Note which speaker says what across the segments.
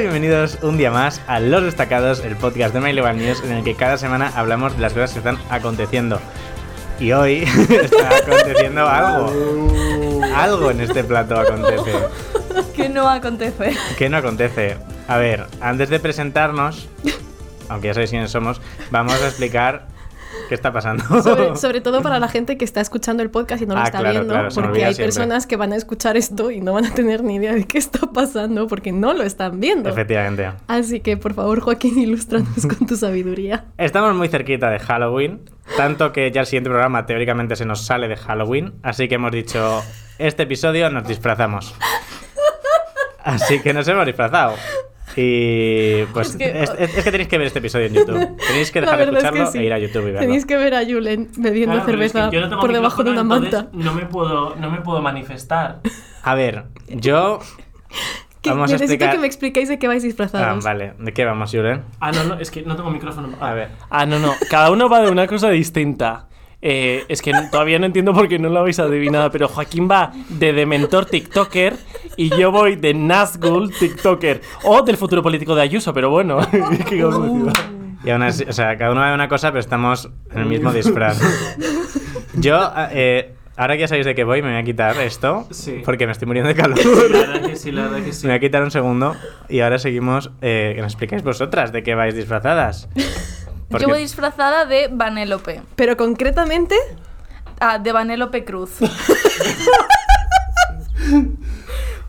Speaker 1: bienvenidos un día más a Los Destacados, el podcast de My Level News, en el que cada semana hablamos de las cosas que están aconteciendo. Y hoy está aconteciendo algo. Algo en este plato acontece.
Speaker 2: que no acontece.
Speaker 1: ¿Qué no acontece? A ver, antes de presentarnos, aunque ya sabéis quiénes somos, vamos a explicar qué está pasando.
Speaker 3: Sobre, sobre todo para la gente que está escuchando el podcast y no lo
Speaker 1: Ah,
Speaker 3: está
Speaker 1: claro,
Speaker 3: viendo,
Speaker 1: claro, se me
Speaker 3: porque
Speaker 1: olvida
Speaker 3: hay
Speaker 1: siempre.
Speaker 3: personas que van a escuchar esto y no van a tener ni idea de qué está pasando porque no lo están viendo.
Speaker 1: Efectivamente.
Speaker 3: Así que, por favor, Joaquín, ilústranos con tu sabiduría.
Speaker 1: Estamos muy cerquita de Halloween, tanto que ya el siguiente programa teóricamente se nos sale de Halloween, así que hemos dicho, este episodio nos disfrazamos. Así que nos hemos disfrazado. Y pues es
Speaker 3: Es
Speaker 1: que,
Speaker 3: que-
Speaker 1: tenéis que ver este episodio en YouTube. Tenéis que
Speaker 3: La
Speaker 1: dejar de
Speaker 3: verdad es que
Speaker 1: escucharlo
Speaker 3: sí.
Speaker 1: e ir a YouTube y verlo.
Speaker 3: Tenéis que ver a Julen bebiendo
Speaker 4: Claro, Ah, pero es que
Speaker 3: cerveza
Speaker 4: yo no tengo
Speaker 3: por debajo de una
Speaker 4: micrófono,
Speaker 3: manta.
Speaker 4: entonces No me puedo, no me puedo manifestar.
Speaker 1: A ver, yo...
Speaker 3: Que
Speaker 1: Vamos a
Speaker 3: necesito
Speaker 1: explicar-
Speaker 3: que me expliquéis de qué vais
Speaker 1: Ah,
Speaker 3: disfrazados.
Speaker 1: vale, ¿de qué vamos, Julen?
Speaker 4: Ah, no, no, es que no tengo micrófono.
Speaker 1: A ver.
Speaker 4: Ah, no, no. Cada uno va de una cosa distinta. Eh, es que no- todavía no entiendo por qué no lo habéis adivinado, pero Joaquín va de Dementor TikToker y yo voy de Nazgul TikToker. O del futuro político de Ayuso, pero bueno. qué confusión.
Speaker 1: Y aún así, o sea, cada uno de una cosa, pero estamos en el mismo disfraz. Yo, a- eh, ahora que ya sabéis de qué voy, me voy a quitar esto,
Speaker 4: Sí.
Speaker 1: porque me estoy muriendo de calor.
Speaker 4: La verdad que sí, la verdad que sí.
Speaker 1: Me voy a quitar un segundo y ahora seguimos. eh, que nos explicáis vosotras de qué vais disfrazadas. Porque-
Speaker 2: Yo voy disfrazada de Vanélope.
Speaker 3: Pero concretamente,
Speaker 2: Ah, de Vanélope Cruz.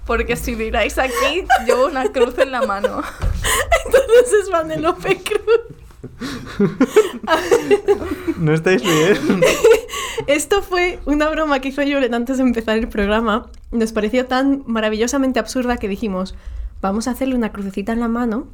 Speaker 2: Porque si miráis aquí, llevo una cruz en la mano.
Speaker 3: entonces Vanelope Cruz.
Speaker 1: No estáis bien.
Speaker 3: Esto fue una broma que hizo Julen antes de empezar el programa. Nos pareció tan maravillosamente absurda que dijimos, vamos a hacerle una crucecita en la mano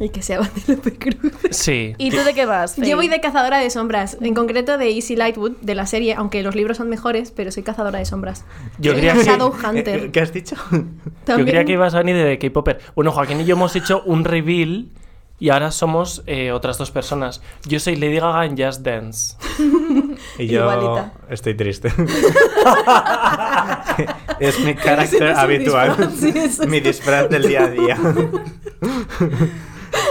Speaker 3: y que sea Vanelope Cruz.
Speaker 4: Sí.
Speaker 2: ¿Y tú de qué vas? Faye?
Speaker 3: Yo voy de cazadora de sombras, en concreto de Easy Lightwood, de la serie, aunque los libros son mejores, pero soy cazadora de sombras.
Speaker 4: Yo
Speaker 3: Soy
Speaker 4: creía
Speaker 3: una
Speaker 4: que-
Speaker 3: Shadowhunter.
Speaker 1: eh, ¿Qué has dicho?
Speaker 3: También-
Speaker 4: Yo creía que ibas a venir de K-Popper. Bueno, Joaquín y yo hemos hecho un reveal y ahora somos eh, otras dos personas. Yo soy Lady Gaga en Just Dance.
Speaker 1: Y yo
Speaker 2: Igualita.
Speaker 1: estoy triste. es mi carácter
Speaker 3: Ese no es un
Speaker 1: habitual.
Speaker 3: disfraz, sí, eso es-
Speaker 1: mi disfraz del día a día.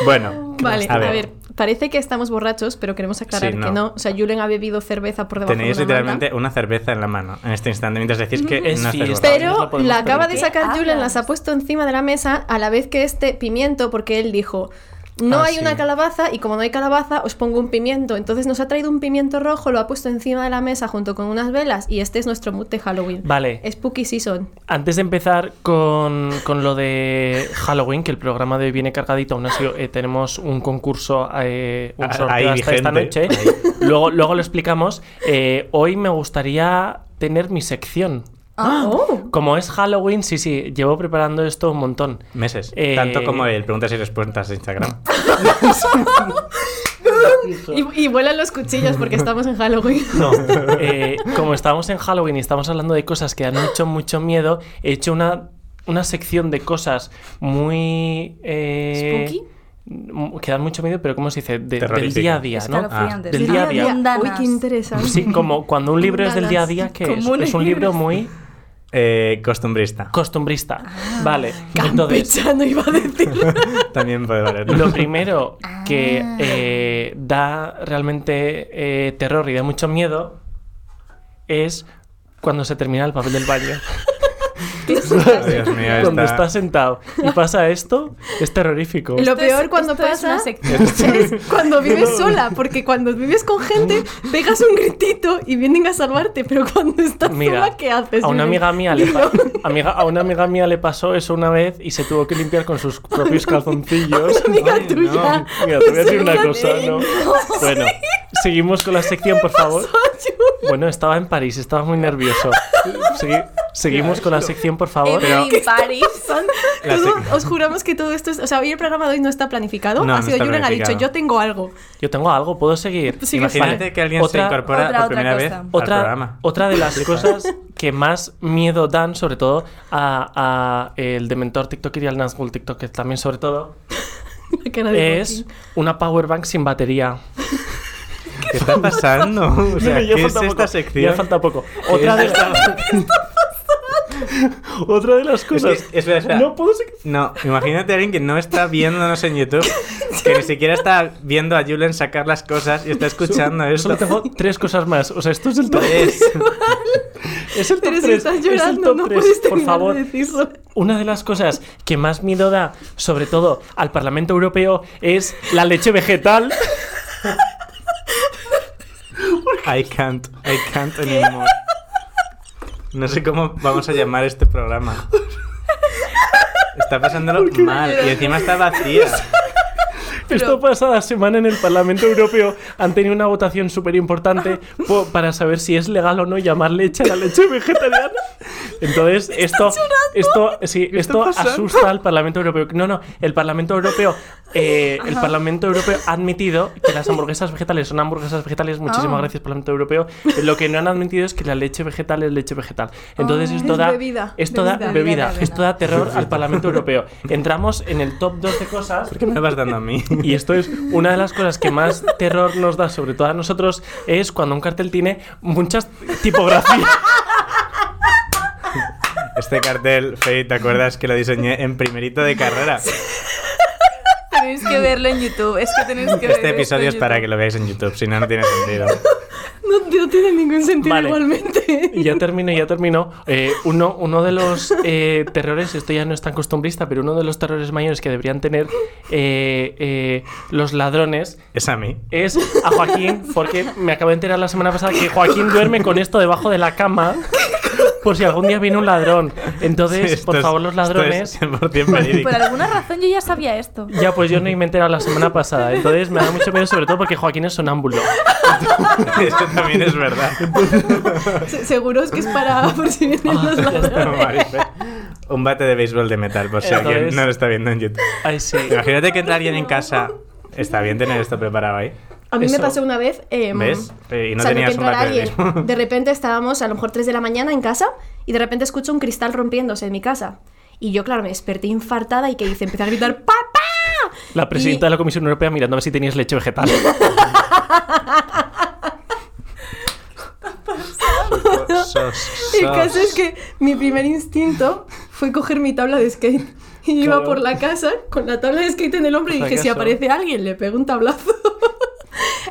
Speaker 1: bueno.
Speaker 3: Vale,
Speaker 1: a
Speaker 3: a
Speaker 1: ver.
Speaker 3: ver. parece que estamos borrachos, pero queremos aclarar
Speaker 1: Sí, no.
Speaker 3: que no. O sea, Julen ha bebido cerveza por debajo
Speaker 1: Tenéis
Speaker 3: de una manta.
Speaker 1: literalmente una cerveza en la mano en este instante mientras decís que
Speaker 4: Mm, Es
Speaker 1: no estáis
Speaker 4: fiesta.
Speaker 1: borrachos.
Speaker 4: no
Speaker 3: Pero
Speaker 4: lo podemos
Speaker 3: la acaba de
Speaker 2: permitir. ¿Qué
Speaker 3: sacar Julen,
Speaker 2: Ah, hablas?
Speaker 3: las ha puesto encima de la mesa a la vez que este pimiento, porque él dijo, no
Speaker 4: Ah,
Speaker 3: hay
Speaker 4: sí.
Speaker 3: una calabaza y como no hay calabaza os pongo un pimiento. Entonces nos ha traído un pimiento rojo, lo ha puesto encima de la mesa junto con unas velas y este es nuestro mood de Halloween.
Speaker 4: Vale.
Speaker 3: Spooky Season.
Speaker 4: Antes de empezar con, con lo de Halloween, que el programa de hoy viene cargadito, aún así eh, tenemos un concurso, eh, un
Speaker 1: Ah,
Speaker 4: sorteo
Speaker 1: ahí
Speaker 4: hasta esta
Speaker 1: vigente.
Speaker 4: noche. Luego, luego lo explicamos. Eh, hoy me gustaría tener mi sección.
Speaker 2: Ah,
Speaker 3: Oh.
Speaker 4: Como es Halloween, sí, sí, llevo preparando esto un montón.
Speaker 1: Meses.
Speaker 4: Eh,
Speaker 1: Tanto como el preguntas y respuestas de Instagram.
Speaker 3: Y, y vuelan los cuchillos porque estamos en Halloween.
Speaker 4: No, eh, como estamos en Halloween y estamos hablando de cosas que dan mucho, mucho miedo, he hecho una, una sección de cosas muy... eh,
Speaker 2: ¿Spooky?
Speaker 4: m- Que dan mucho miedo, pero ¿cómo se dice? De- del
Speaker 1: Terrorífico.
Speaker 4: día a día, ¿no?
Speaker 2: escalofriantes.
Speaker 4: Ah, del día a día.
Speaker 3: Uy,
Speaker 2: Mundanas.
Speaker 3: qué interesante.
Speaker 4: Sí, como cuando un libro es del día a día, que es?
Speaker 2: Como un
Speaker 4: Es un
Speaker 2: libro.
Speaker 4: libro muy
Speaker 1: Eh, costumbrista.
Speaker 4: costumbrista.
Speaker 2: Ah,
Speaker 4: Vale, entonces,
Speaker 3: Campechano iba a decir.
Speaker 1: También puede valer. ¿no?
Speaker 4: lo primero que
Speaker 2: Ah.
Speaker 4: eh, da realmente eh, terror y da mucho miedo es cuando se termina el papel del baño.
Speaker 1: Dios mío, esta-
Speaker 4: Cuando estás sentado y pasa esto, es terrorífico.
Speaker 3: Lo
Speaker 2: Esto
Speaker 3: peor
Speaker 2: es-
Speaker 3: cuando
Speaker 2: esto es
Speaker 3: pasa
Speaker 2: una sección.
Speaker 3: es cuando vives sola, porque cuando vives con gente pegas un gritito y vienen a salvarte, pero cuando estás sola, ¿qué haces?
Speaker 4: a una
Speaker 3: Julen?
Speaker 4: amiga mía le
Speaker 3: Dilo.
Speaker 4: pa- amiga- a una amiga mía le pasó eso una vez y se tuvo que limpiar con sus propios calzoncillos.
Speaker 3: Amiga
Speaker 1: Ay, no.
Speaker 3: tuya. Pues
Speaker 4: Mira, te voy a decir una
Speaker 3: Fíjate.
Speaker 4: cosa, ¿no? Bueno, seguimos con la sección, por favor. Bueno, estaba en París, estaba muy nervioso. Segui- seguimos con la sección, por favor.
Speaker 2: Emily in Paris.
Speaker 1: La
Speaker 3: Todo-
Speaker 1: sec-
Speaker 3: os juramos que todo esto es. O sea, hoy el programa de hoy no está planificado.
Speaker 1: No,
Speaker 3: ha
Speaker 1: no
Speaker 3: sido
Speaker 1: está
Speaker 3: Julen ha dicho,
Speaker 1: planificado.
Speaker 3: yo tengo algo. Pues
Speaker 4: Yo tengo algo, ¿puedo seguir?
Speaker 3: Sí,
Speaker 1: Imagínate
Speaker 4: Vale.
Speaker 1: que alguien
Speaker 4: Otra-
Speaker 1: se incorpora
Speaker 2: otra-
Speaker 1: por
Speaker 2: otra
Speaker 1: primera vez
Speaker 2: cosa.
Speaker 1: al
Speaker 4: Otra,
Speaker 1: programa.
Speaker 4: otra de las cosas que más miedo dan, sobre todo a, a el dementor TikToker y al Nazgul TikToker también, sobre todo,
Speaker 3: La cara de
Speaker 4: es
Speaker 3: Joaquín.
Speaker 4: una power bank sin batería.
Speaker 1: ¿Qué está pasando? O sea,
Speaker 4: Ya
Speaker 1: ¿qué es
Speaker 4: falta
Speaker 1: esta
Speaker 4: poco, Ya
Speaker 1: sección?
Speaker 4: falta poco.
Speaker 1: ¿Qué
Speaker 4: Otra
Speaker 1: es
Speaker 4: de
Speaker 1: esta-
Speaker 4: Otra de las cosas.
Speaker 1: que- espera, espera.
Speaker 4: No puedo seguir.
Speaker 1: No, imagínate a alguien que no está viéndonos en YouTube, que ni siquiera está viendo a Julen sacar las cosas y está escuchando
Speaker 4: Solo-
Speaker 1: esto.
Speaker 4: Solo tengo tres cosas más. O sea, esto es el top
Speaker 1: Es-
Speaker 4: 3. Es el top
Speaker 3: Pero si
Speaker 4: 3.
Speaker 3: estás
Speaker 4: es el
Speaker 3: llorando,
Speaker 4: top
Speaker 3: no
Speaker 4: 3.
Speaker 3: puedes
Speaker 4: Por
Speaker 3: terminar
Speaker 4: favor.
Speaker 3: de decirlo.
Speaker 4: Una de las cosas que más miedo da, sobre todo al Parlamento Europeo, es la leche vegetal.
Speaker 1: I can't, I can't anymore. No sé cómo vamos a llamar este programa. Está pasándolo mal y encima está vacía.
Speaker 4: Esta pasada semana en el Parlamento Europeo han tenido una votación súper importante po- para saber si es legal o no llamar leche a la leche vegetariana. Entonces, esto, esto, sí,
Speaker 1: ¿Qué está
Speaker 4: esto
Speaker 1: pasando?
Speaker 4: asusta al Parlamento Europeo. No, no, el Parlamento Europeo, eh, el Parlamento Europeo ha admitido que las hamburguesas vegetales son hamburguesas vegetales. Muchísimas
Speaker 2: Ah.
Speaker 4: gracias, Parlamento Europeo. Lo que no han admitido es que la leche vegetal es leche vegetal. Entonces,
Speaker 3: Ah.
Speaker 4: esto
Speaker 3: Es
Speaker 4: da
Speaker 3: bebida,
Speaker 4: esto da
Speaker 3: bebida.
Speaker 4: bebida,
Speaker 2: Bebida,
Speaker 4: esto da terror al Parlamento Europeo. Entramos en el top 12 cosas
Speaker 1: ¿Qué me vas dando a mí?
Speaker 4: y esto es una de las cosas que más terror nos da, sobre todo a nosotros, es cuando un cartel tiene muchas tipografías.
Speaker 1: Este cartel, Fey, ¿te acuerdas que lo diseñé en primerito de carrera? Este
Speaker 2: Tenéis que verlo en YouTube. Es que tenéis que
Speaker 1: Este episodio es para que lo veáis en YouTube, si no, no tiene sentido.
Speaker 3: No, no tiene ningún sentido
Speaker 4: Vale.
Speaker 3: igualmente.
Speaker 4: Y ya termino, ya termino. Eh, uno, uno de los eh, terrores, esto ya no es tan costumbrista, pero uno de los terrores mayores que deberían tener eh, eh, los ladrones
Speaker 1: Es a mí.
Speaker 4: es a Joaquín, porque me acabo de enterar la semana pasada que Joaquín duerme con esto debajo de la cama. Por si algún día viene un ladrón.
Speaker 1: Sí,
Speaker 4: Entonces,
Speaker 1: esto
Speaker 4: por
Speaker 1: es-
Speaker 4: favor, los
Speaker 1: esto es
Speaker 4: ladrones,
Speaker 1: 100% verídico.
Speaker 2: Por alguna razón yo ya sabía esto.
Speaker 4: Ya, pues yo no me he enterado la semana pasada. Entonces me da mucho miedo, sobre todo porque Joaquín es sonámbulo.
Speaker 1: Eso también es verdad.
Speaker 3: Se- Seguro es que es para por si vienen
Speaker 4: Ah,
Speaker 3: los ladrones.
Speaker 1: Marife. Un bate de béisbol de metal, por si
Speaker 4: Esto
Speaker 1: alguien
Speaker 4: es.
Speaker 1: no lo está viendo en YouTube.
Speaker 4: Ay, sí.
Speaker 1: Imagínate que entra alguien en casa. Está bien tener esto preparado ahí.
Speaker 3: A mí
Speaker 4: Eso.
Speaker 3: me pasó una vez. eh,
Speaker 1: ¿Ves? Eh, y no
Speaker 3: o sea,
Speaker 1: tenías
Speaker 3: que
Speaker 1: un
Speaker 3: entrara
Speaker 1: bate de
Speaker 3: alguien.
Speaker 1: béisbol.
Speaker 3: De repente estábamos a lo mejor 3 de la mañana en casa y de repente escucho un cristal rompiéndose en mi casa. Y yo, claro, me desperté infartada y que hice, empecé a gritar ¡Papá!
Speaker 4: La presidenta de la Comisión Europea mirando a ver si tenías leche vegetal.
Speaker 3: El caso es que mi primer instinto fue coger mi tabla de skate. Y
Speaker 4: Claro.
Speaker 3: iba por la casa con la tabla de skate en el hombro y dije, si
Speaker 4: Fracaso.
Speaker 3: aparece alguien, le pego un tablazo.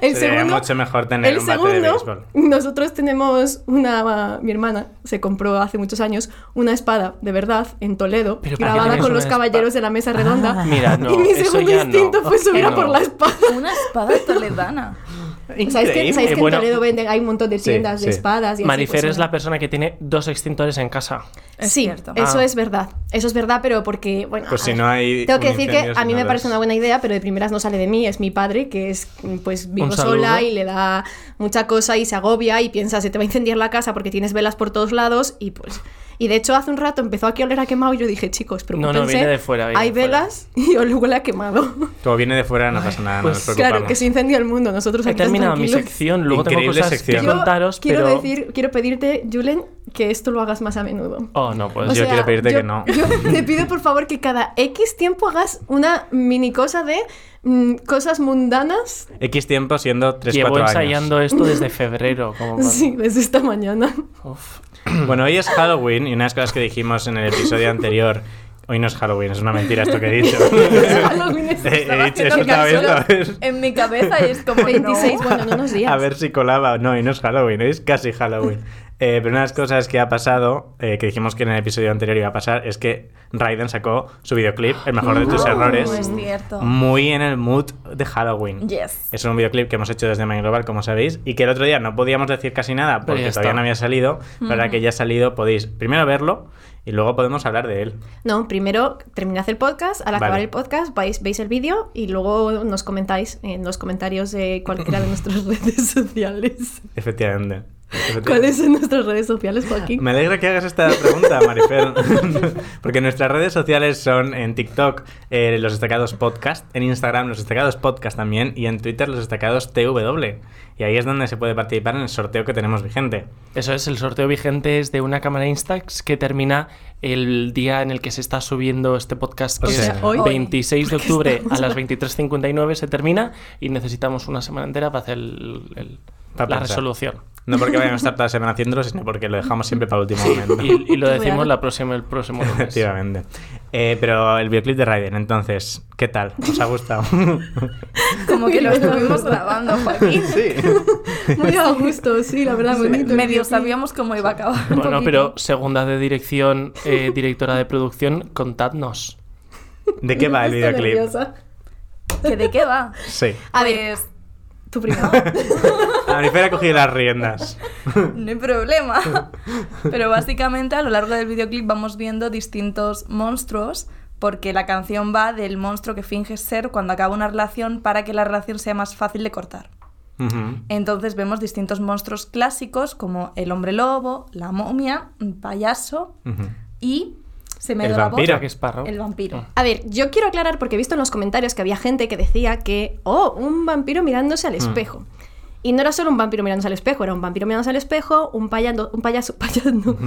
Speaker 3: El
Speaker 1: Sería
Speaker 3: segundo,
Speaker 1: mucho mejor tener
Speaker 3: el
Speaker 1: un bate de
Speaker 3: segundo,
Speaker 1: béisbol.
Speaker 3: nosotros tenemos una, mi hermana se compró hace muchos años una espada de verdad en Toledo,
Speaker 4: Pero ¿para qué
Speaker 3: grabada
Speaker 4: tenéis
Speaker 3: con
Speaker 4: una
Speaker 3: los
Speaker 4: espada?
Speaker 3: caballeros de la mesa redonda.
Speaker 2: Ah.
Speaker 4: Mira, no.
Speaker 3: y mi
Speaker 4: eso
Speaker 3: segundo
Speaker 4: ya
Speaker 3: instinto
Speaker 4: no.
Speaker 3: fue subir a
Speaker 4: No.
Speaker 3: por la espada.
Speaker 2: Una espada toledana.
Speaker 3: ¿Sabéis que, sabéis que en
Speaker 4: Bueno,
Speaker 3: Toledo venden, hay un montón de
Speaker 1: sí,
Speaker 3: tiendas de
Speaker 1: sí.
Speaker 3: espadas? Y así,
Speaker 4: Marifer
Speaker 3: pues,
Speaker 4: es la
Speaker 3: bueno.
Speaker 4: persona que tiene dos extintores en casa.
Speaker 2: Es
Speaker 3: sí,
Speaker 2: cierto.
Speaker 3: eso
Speaker 4: Ah.
Speaker 3: es verdad. Eso es verdad, pero porque, bueno...
Speaker 1: Pues
Speaker 3: a
Speaker 1: si
Speaker 3: ver,
Speaker 1: no hay.
Speaker 3: Tengo que
Speaker 1: un
Speaker 3: decir que
Speaker 1: incendio,
Speaker 3: a
Speaker 1: si
Speaker 3: mí
Speaker 1: no
Speaker 3: me
Speaker 1: lo
Speaker 3: parece
Speaker 1: es.
Speaker 3: una buena idea, pero de primeras no sale de mí, es mi padre, que es, mm, pues, vivo
Speaker 4: Un saludo.
Speaker 3: sola y le da mucha cosa y se agobia y piensa, se te va a incendiar la casa porque tienes velas por todos lados y pues... Y de hecho hace un rato empezó aquí a oler a quemado y yo dije, chicos,
Speaker 4: no,
Speaker 3: preocúpense,
Speaker 4: viene de fuera, viene
Speaker 3: hay
Speaker 4: de fuera".
Speaker 3: velas y huele a quemado.
Speaker 1: Como viene de fuera, no pasa nada, no
Speaker 4: pues
Speaker 1: nos preocupamos.
Speaker 3: claro, que se incendia el mundo, nosotros
Speaker 4: He
Speaker 3: aquí tan
Speaker 4: terminado mi
Speaker 3: tranquilos.
Speaker 4: sección, luego tengo
Speaker 1: Increíble
Speaker 4: cosas
Speaker 1: sección.
Speaker 4: que
Speaker 3: Yo
Speaker 4: contaros,
Speaker 3: quiero
Speaker 4: pero...
Speaker 3: decir, quiero pedirte, Julen, que esto lo hagas más a menudo.
Speaker 4: Oh, no,
Speaker 1: O
Speaker 4: pues...
Speaker 1: yo quiero pedirte que no.
Speaker 3: Yo te pido por favor que cada X tiempo hagas una mini cosa de mm, cosas mundanas.
Speaker 1: X tiempo siendo 3-4
Speaker 4: Llevo
Speaker 1: años.
Speaker 4: ensayando esto desde febrero.
Speaker 1: Oh,
Speaker 4: Como
Speaker 3: Sí, desde esta mañana.
Speaker 4: Uf.
Speaker 2: Mm.
Speaker 1: Bueno, hoy es Halloween y una de las cosas que dijimos en el episodio anterior. Hoy no es Halloween, es una mentira esto que he dicho.
Speaker 3: Halloween es-
Speaker 1: Eh, he dicho, he
Speaker 2: Estaba
Speaker 1: soltado
Speaker 2: haciendo
Speaker 1: esto.
Speaker 2: cálculos En mi cabeza y es como
Speaker 3: 26,
Speaker 2: no.
Speaker 3: bueno, en unos días.
Speaker 1: A ver si colaba. No, y no es Halloween, es casi Halloween. Eh, pero una de las cosas que ha pasado, eh, que dijimos que en el episodio anterior iba a pasar, es que Raiden sacó su videoclip, El mejor de tus
Speaker 2: No,
Speaker 1: errores, Mm.
Speaker 2: No es cierto.
Speaker 1: muy en el mood de Halloween.
Speaker 2: pues Yes.
Speaker 1: Es un videoclip que hemos hecho desde Mind Global, como sabéis, y que el otro día no podíamos decir casi nada
Speaker 4: ya
Speaker 1: porque
Speaker 4: está.
Speaker 1: todavía no había salido, pero
Speaker 2: Mm.
Speaker 1: ahora que ya ha salido podéis primero verlo y luego podemos hablar de él.
Speaker 3: No, primero terminad el podcast, al acabar
Speaker 1: Vale.
Speaker 3: el podcast vais, veis el vídeo y luego nos comentáis en los comentarios de cualquiera de nuestras redes sociales.
Speaker 1: Efectivamente. Efectivamente.
Speaker 3: ¿Cuáles son nuestras redes sociales, Joaquín?
Speaker 1: Me alegra que hagas esta pregunta, Marifer. Porque nuestras redes sociales son en TikTok eh, los destacados podcast, en Instagram los destacados podcast también y en Twitter los destacados TW. Y ahí es donde se puede participar en el sorteo que tenemos vigente.
Speaker 4: Eso es, el sorteo vigente es de una cámara Instax que termina el día en el que se está subiendo este podcast, que
Speaker 1: O sea,
Speaker 4: es
Speaker 3: hoy.
Speaker 4: 26 de
Speaker 3: Porque
Speaker 4: octubre a
Speaker 3: estamos
Speaker 4: las 23.59 se termina y necesitamos una semana entera para hacer el- el-
Speaker 1: Para
Speaker 4: la
Speaker 1: pensar.
Speaker 4: resolución.
Speaker 1: No porque vayamos a estar toda la semana haciéndolo, sino porque lo dejamos siempre para el último momento.
Speaker 4: Y, y lo
Speaker 3: Real.
Speaker 4: decimos la próxima, el próximo lunes.
Speaker 1: Efectivamente. Eh, pero el videoclip de Raiden, entonces, ¿qué tal? ¿Os ha gustado?
Speaker 2: Como que lo estuvimos grabando, Joaquín.
Speaker 1: sí.
Speaker 3: Muy a gusto, sí, la verdad,
Speaker 2: Me-
Speaker 3: bonito.
Speaker 2: medio sabíamos cómo iba a acabar. un
Speaker 4: Bueno,
Speaker 2: poquito.
Speaker 4: pero segunda de dirección, eh, directora de producción, contadnos.
Speaker 1: ¿De qué va el
Speaker 3: Estoy
Speaker 1: videoclip?
Speaker 3: nerviosa.
Speaker 2: ¿Que ¿De qué va?
Speaker 1: Sí.
Speaker 3: A ver,
Speaker 2: pues,
Speaker 3: tu primero.
Speaker 1: Marifer ha cogido las riendas.
Speaker 2: Pues, No hay problema. Pero básicamente a lo largo del videoclip vamos viendo distintos monstruos porque la canción va del monstruo que finges ser cuando acaba una relación para que la relación sea más fácil de cortar.
Speaker 1: Ujú.
Speaker 3: Eh,
Speaker 2: Entonces vemos distintos monstruos clásicos como el hombre lobo, la momia, un payaso
Speaker 1: Ujú.
Speaker 2: y se me ha
Speaker 1: El
Speaker 2: ido la
Speaker 1: vampiro.
Speaker 2: voz.
Speaker 4: Jack Sparrow.
Speaker 2: El vampiro.
Speaker 3: A ver, yo quiero aclarar porque he visto en los comentarios que había gente que decía que, oh, un vampiro mirándose al
Speaker 1: Mm.
Speaker 3: espejo. Y no era solo un vampiro mirándose al espejo, era un vampiro mirándose al espejo, un, payando- un payaso, payando,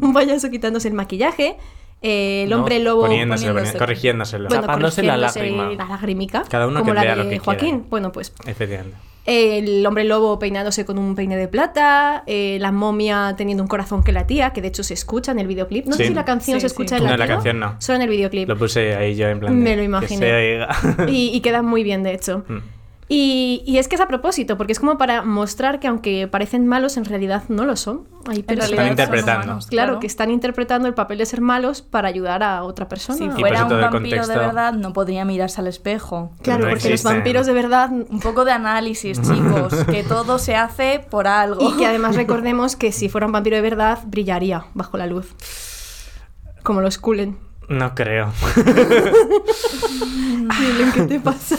Speaker 3: un payaso quitándose el maquillaje, eh, el
Speaker 4: No,
Speaker 3: hombre lobo
Speaker 1: Poniéndoselo,
Speaker 2: poniéndose.
Speaker 1: poni- corrigiéndoselo.
Speaker 3: bueno,
Speaker 4: Tapándose la
Speaker 3: corrigiéndose
Speaker 4: lágrima.
Speaker 3: la lagrimica,
Speaker 1: Cada uno
Speaker 3: como
Speaker 1: que
Speaker 3: la
Speaker 1: vea
Speaker 3: de
Speaker 1: lo que
Speaker 3: Joaquín.
Speaker 1: quiera.
Speaker 3: Bueno, pues
Speaker 1: Efectivamente.
Speaker 3: el hombre lobo peinándose con un peine de plata, eh, la momia teniendo un corazón que latía, que de hecho se escucha en el videoclip. No
Speaker 1: Sí.
Speaker 3: sé si la canción
Speaker 2: Sí,
Speaker 3: se
Speaker 2: sí.
Speaker 3: escucha en
Speaker 1: No, la
Speaker 3: latino,
Speaker 1: canción no.
Speaker 3: Solo en el videoclip.
Speaker 1: Lo puse ahí yo en plan. de
Speaker 3: Me lo
Speaker 1: Que
Speaker 3: imaginé.
Speaker 1: se oiga.
Speaker 3: Y, y queda muy bien, de hecho.
Speaker 1: Mm.
Speaker 3: Y, y es que es a propósito, porque es como para mostrar que aunque parecen malos, en realidad no lo son. Hay
Speaker 2: En
Speaker 3: personas,
Speaker 2: realidad son
Speaker 1: interpretando.
Speaker 2: humanos,
Speaker 3: claro, que están interpretando el papel de ser malos para ayudar a otra persona.
Speaker 2: Si
Speaker 1: por
Speaker 2: fuera
Speaker 1: eso
Speaker 2: un
Speaker 1: todo el
Speaker 2: vampiro
Speaker 1: contexto-
Speaker 2: de verdad no podría mirarse al espejo.
Speaker 3: claro,
Speaker 1: No
Speaker 3: porque los
Speaker 1: existen.
Speaker 3: vampiros de verdad...
Speaker 2: Un poco de análisis, chicos, que todo se hace por algo.
Speaker 3: Y que además recordemos que si fuera un vampiro de verdad, brillaría bajo la luz. Como los culen.
Speaker 1: No creo.
Speaker 3: Cullen, ¿qué te pasa?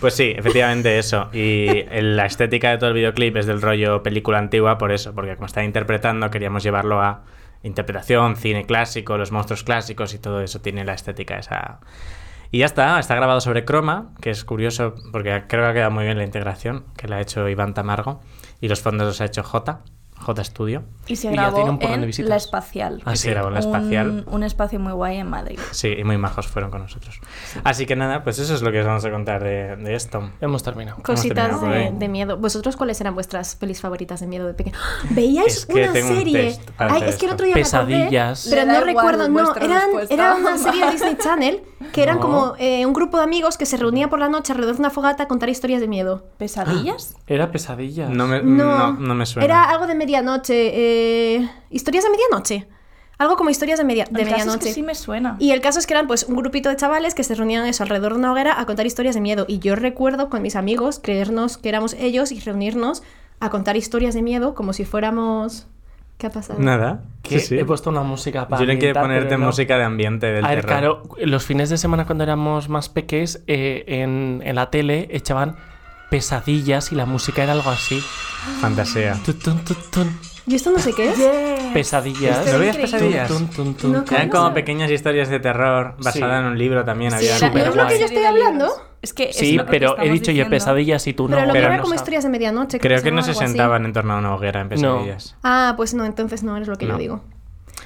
Speaker 1: Pues sí, efectivamente eso. Y el- la estética de todo el videoclip es del rollo película antigua, por eso, porque como está interpretando, queríamos llevarlo a interpretación, cine clásico, los monstruos clásicos y todo eso tiene la estética esa. Y ya está, está grabado sobre croma, que es curioso porque creo que ha quedado muy bien la integración que la ha hecho Iván Tamargo y los fondos los ha hecho J, J Studio.
Speaker 2: Y se
Speaker 4: Y ya
Speaker 2: grabó
Speaker 4: tiene un porrón de
Speaker 2: en
Speaker 4: visitas.
Speaker 2: La Espacial.
Speaker 1: Ah, sí, grabó en La Espacial.
Speaker 2: Un, un espacio muy guay en Madrid.
Speaker 1: Sí, y muy majos fueron con nosotros. Así que nada, pues eso es lo que os vamos a contar de, de esto.
Speaker 4: Hemos terminado.
Speaker 3: Cositas
Speaker 1: terminado por
Speaker 3: de,
Speaker 1: ahí.
Speaker 3: de miedo. ¿Vosotros cuáles eran vuestras pelis favoritas de miedo de pequeño? ¡Ah! ¿Veíais
Speaker 1: Es que
Speaker 3: una
Speaker 1: tengo un
Speaker 3: serie?
Speaker 1: test para
Speaker 3: Ay,
Speaker 1: hacer
Speaker 3: es que el
Speaker 1: esto.
Speaker 3: otro día me acordé,
Speaker 4: Pesadillas.
Speaker 3: pero
Speaker 2: Me
Speaker 3: no
Speaker 2: da igual
Speaker 3: recuerdo, no.
Speaker 2: vuestra
Speaker 3: Eran,
Speaker 2: respuesta.
Speaker 3: era una serie de Disney Channel que eran
Speaker 4: No.
Speaker 3: como eh, un grupo de amigos que se reunían por la noche alrededor de una fogata a contar historias de miedo.
Speaker 2: ¿Pesadillas?
Speaker 4: Era pesadilla.
Speaker 1: No me,
Speaker 3: No,
Speaker 1: Eh, no, no me suena.
Speaker 3: Era algo de medianoche. eh, historias de medianoche. Algo como historias de, media, de
Speaker 2: El caso es
Speaker 3: medianoche.
Speaker 2: que sí me suena.
Speaker 3: Y el caso es que eran pues un grupito de chavales que se reunían eso alrededor de una hoguera a contar historias de miedo. Y yo recuerdo con mis amigos creernos que éramos ellos y reunirnos a contar historias de miedo como si fuéramos... ¿Qué ha pasado?
Speaker 1: Nada.
Speaker 4: Que
Speaker 1: Sí, sí.
Speaker 4: He puesto una música para.
Speaker 1: Yo le quiero
Speaker 4: ambientar,
Speaker 1: ponerte
Speaker 4: pero no.
Speaker 1: música de ambiente del
Speaker 4: A ver,
Speaker 1: terror.
Speaker 4: claro, los fines de semana cuando éramos más peques, eh, en, en la tele echaban pesadillas y la música era algo así.
Speaker 1: Fantasía.
Speaker 4: Tun, tun, tun, tun.
Speaker 3: ¿Y esto no sé qué es?
Speaker 4: Pesadillas.
Speaker 1: ¿No veías
Speaker 3: increíble.
Speaker 1: pesadillas?
Speaker 4: Tun, tun, tun,
Speaker 3: Este No,
Speaker 4: tun.
Speaker 1: Eran
Speaker 3: ¿Cómo
Speaker 1: como
Speaker 3: se-
Speaker 1: pequeñas historias de terror basadas
Speaker 4: Sí.
Speaker 1: en un libro también.
Speaker 4: Sí,
Speaker 1: había
Speaker 4: era-
Speaker 3: ¿No es lo que yo estoy hablando?
Speaker 2: Es que es
Speaker 4: Sí,
Speaker 2: lo que
Speaker 4: pero he
Speaker 2: estamos
Speaker 4: dicho yo
Speaker 2: diciendo.
Speaker 4: pesadillas y tú no.
Speaker 3: Pero lo que
Speaker 1: pero
Speaker 3: era
Speaker 1: no
Speaker 3: como
Speaker 1: sabe.
Speaker 3: historias de medianoche.
Speaker 1: Creo que no se
Speaker 3: llamaban algo así.
Speaker 1: sentaban en torno a una hoguera en pesadillas.
Speaker 3: Ah, pues no, entonces no eres lo que
Speaker 1: No.
Speaker 3: yo digo.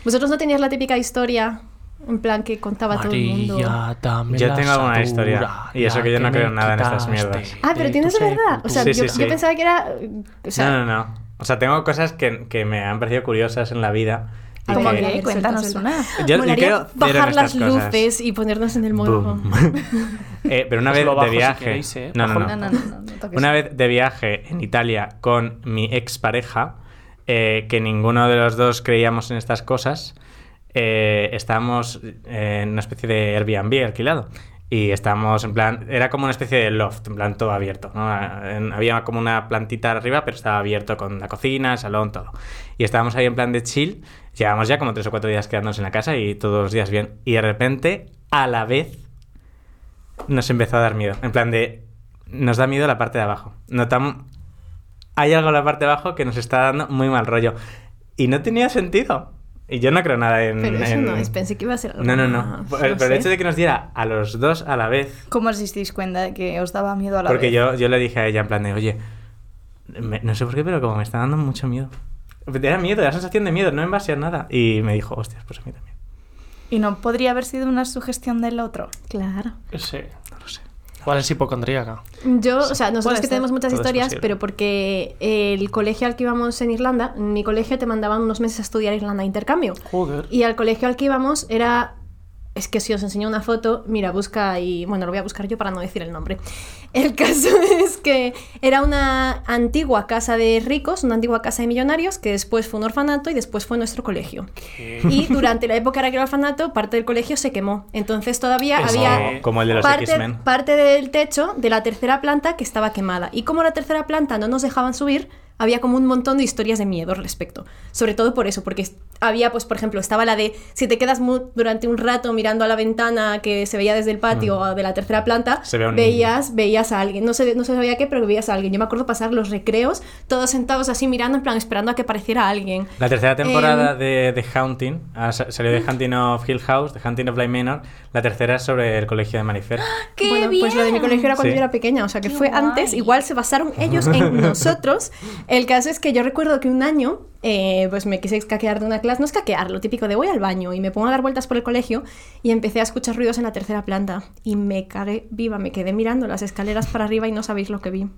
Speaker 3: ¿Vosotros no tenías la típica historia en plan que contaba todo el mundo?
Speaker 4: María, dame
Speaker 1: Yo
Speaker 4: la
Speaker 1: tengo alguna
Speaker 4: satura,
Speaker 1: historia, y eso
Speaker 4: la
Speaker 1: que yo no
Speaker 4: me
Speaker 1: creo nada en estas
Speaker 4: quitaste
Speaker 1: mierdas.
Speaker 3: Ah, pero
Speaker 4: de
Speaker 3: tienes
Speaker 4: tu
Speaker 3: de verdad. O sea,
Speaker 1: Sí,
Speaker 3: yo,
Speaker 1: sí, sí.
Speaker 3: yo pensaba que era... eh, O sea,
Speaker 1: no, no, no. O sea, tengo cosas que, que me han parecido curiosas en la vida. y
Speaker 2: Como
Speaker 3: A ver,
Speaker 1: que-
Speaker 3: a
Speaker 2: que,
Speaker 3: ver,
Speaker 2: cuéntanos
Speaker 3: suelta,
Speaker 2: una.
Speaker 1: Yo- yo
Speaker 3: molaría
Speaker 1: creo cero en
Speaker 3: bajar las
Speaker 1: estas cosas.
Speaker 3: luces y ponernos en el modo...
Speaker 1: Boom. Eh, pero una
Speaker 4: Os
Speaker 1: vez
Speaker 4: lo bajo
Speaker 1: de
Speaker 4: si
Speaker 1: viaje.
Speaker 4: queréis, ¿eh?
Speaker 1: no, no,
Speaker 4: Bajo-
Speaker 1: no.
Speaker 2: No, no, no, no, no toques.
Speaker 1: Una vez de viaje en Italia con mi expareja, eh, que ninguno de los dos creíamos en estas cosas, eh, estábamos eh, en una especie de Airbnb alquilado. Y estábamos en plan, era como una especie de loft, en plan todo abierto. ¿no? En- Había como una plantita arriba, pero estaba abierto con la cocina, el salón, todo. Y estábamos ahí en plan de chill. Llevábamos ya como tres o cuatro días quedándonos en la casa y todos los días bien. Y de repente, a la vez, nos empezó a dar miedo. En plan de. Nos da miedo la parte de abajo. Notam. Hay algo en la parte de abajo que nos está dando muy mal rollo. Y no tenía sentido. Y yo no creo nada en.
Speaker 3: Pero eso
Speaker 1: en-
Speaker 3: no es, pensé que iba a ser algo
Speaker 1: Mm, No, no, no.
Speaker 3: más,
Speaker 1: Pero, pero
Speaker 3: sé.
Speaker 1: el hecho de que nos diera a los dos a la vez.
Speaker 2: ¿Cómo os disteis cuenta de que os daba miedo a la
Speaker 1: Porque
Speaker 2: vez?
Speaker 1: yo, yo le dije a ella en plan de, oye, me- no sé por qué, pero como me está dando mucho miedo. Era miedo, era sensación de miedo, no en base a nada. Y me dijo, hostias, pues a mí también.
Speaker 2: Y no podría haber sido una sugestión del otro.
Speaker 3: Claro.
Speaker 4: Sí.
Speaker 1: No lo sé. No
Speaker 4: ¿Cuál es hipocondríaca?
Speaker 3: Yo, o sea, nosotros
Speaker 2: Puede
Speaker 3: que
Speaker 2: ser.
Speaker 3: tenemos muchas
Speaker 4: Todo es
Speaker 3: historias,
Speaker 4: posible.
Speaker 3: pero porque el colegio al que íbamos en Irlanda, en mi colegio te mandaban unos meses a estudiar a Irlanda de intercambio.
Speaker 4: Joder.
Speaker 3: Y al colegio al que íbamos era... Es que si os enseño una foto, mira, busca y... Bueno, lo voy a buscar yo para no decir el nombre. El caso es que era una antigua casa de ricos, una antigua casa de millonarios, que después fue un orfanato y después fue nuestro colegio. Y durante la época en la que era el orfanato, parte del colegio se quemó. Entonces todavía
Speaker 4: Eso.
Speaker 3: había
Speaker 1: Como, como el de los
Speaker 3: parte,
Speaker 1: X-Men.
Speaker 3: parte del techo de la tercera planta que estaba quemada. Y como la tercera planta no nos dejaban subir, había como un montón de historias de miedo al respecto. Sobre todo por eso, porque es- había, pues, por ejemplo, estaba la de si te quedas mu- durante un rato mirando a la ventana que se veía desde el patio de la tercera planta,
Speaker 1: Mm. Se ve a un
Speaker 3: veías, veías a alguien. No sé, no se sabía qué, pero veías a alguien. Yo me acuerdo pasar los recreos todos sentados así mirando, en plan, esperando a que apareciera alguien.
Speaker 1: La tercera temporada
Speaker 3: Em.
Speaker 1: de The Haunting, ah, sa- salió
Speaker 3: Mm.
Speaker 1: de Hunting of Hill House, The Hunting of Bly Manor, la tercera es sobre el colegio de Manifer.
Speaker 2: ¡Qué
Speaker 3: bueno, pues lo de mi
Speaker 2: bien!
Speaker 3: colegio era cuando
Speaker 1: Sí.
Speaker 3: yo era pequeña, o sea que
Speaker 2: Qué
Speaker 3: fue
Speaker 2: guay.
Speaker 3: antes, igual se basaron ellos en nosotros. El caso es que yo recuerdo que un año, eh, pues me quise escaquear de una clase, no escaquear, lo típico de voy al baño y me pongo a dar vueltas por el colegio y empecé a escuchar ruidos en la tercera planta y me cagué viva, me quedé mirando las escaleras para arriba y no sabéis lo que vi.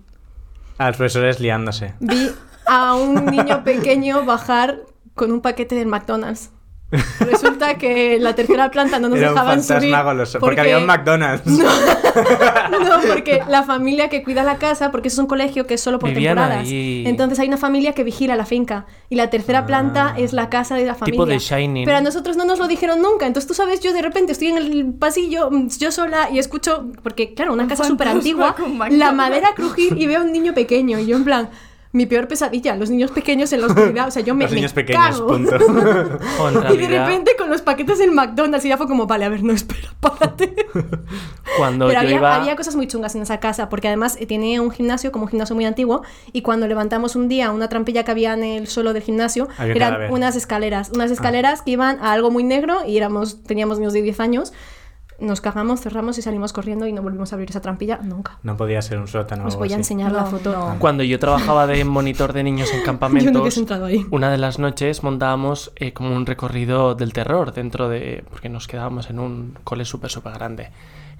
Speaker 1: A los profesores liándose.
Speaker 3: Vi a un niño pequeño bajar con un paquete del McDonald's. Resulta que en la tercera planta no nos
Speaker 1: Era un
Speaker 3: dejaban subir.
Speaker 1: fantasma goloso. Porque había un McDonald's.
Speaker 3: No, porque la familia que cuida la casa, porque eso es un colegio que es solo por
Speaker 4: Vivían
Speaker 3: temporadas.
Speaker 4: ahí.
Speaker 3: Entonces hay una familia que vigila la finca. Y la tercera planta es la casa de la familia.
Speaker 4: Ah. Tipo de Shining.
Speaker 3: Pero a nosotros no nos lo dijeron nunca. Entonces tú sabes, yo de repente estoy en el pasillo, mm, yo sola, y escucho, porque claro, una
Speaker 2: Un
Speaker 3: casa súper
Speaker 2: fantasma
Speaker 3: antigua,
Speaker 2: con
Speaker 3: la
Speaker 2: McDonald's.
Speaker 3: madera crujir y veo a un niño pequeño. Y yo en plan, mi peor pesadilla, los niños pequeños en la oscuridad. O sea, yo me,
Speaker 1: Los
Speaker 3: me
Speaker 1: niños pequeños,
Speaker 3: cago.
Speaker 1: punto.
Speaker 4: O en
Speaker 3: Y de
Speaker 4: realidad,
Speaker 3: repente con los paquetes del McDonald's y ya fue como, vale, a ver, no, espera, párate.
Speaker 4: cuando
Speaker 3: Pero
Speaker 4: yo
Speaker 3: había,
Speaker 4: iba.
Speaker 3: había cosas muy chungas en esa casa, porque además eh, tiene un gimnasio, como un gimnasio muy antiguo, y cuando levantamos un día una trampilla que había en el suelo del gimnasio,
Speaker 1: Había un
Speaker 3: eran
Speaker 1: cadáver.
Speaker 3: unas escaleras,
Speaker 4: Ah.
Speaker 3: unas escaleras que iban a algo muy negro y éramos, teníamos niños de 10 años, nos cagamos, cerramos y salimos corriendo y no volvimos a abrir esa trampilla nunca.
Speaker 1: No podía ser un sótano. o
Speaker 3: Os
Speaker 1: algo
Speaker 3: voy a
Speaker 1: así.
Speaker 3: enseñar la
Speaker 2: No,
Speaker 3: foto.
Speaker 2: no.
Speaker 4: Cuando yo trabajaba de monitor de niños en
Speaker 3: Yo no
Speaker 4: campamentos,
Speaker 3: hubiese entrado ahí.
Speaker 4: una de las noches montábamos eh, como un recorrido del terror dentro de... porque nos quedábamos en un cole súper, súper grande.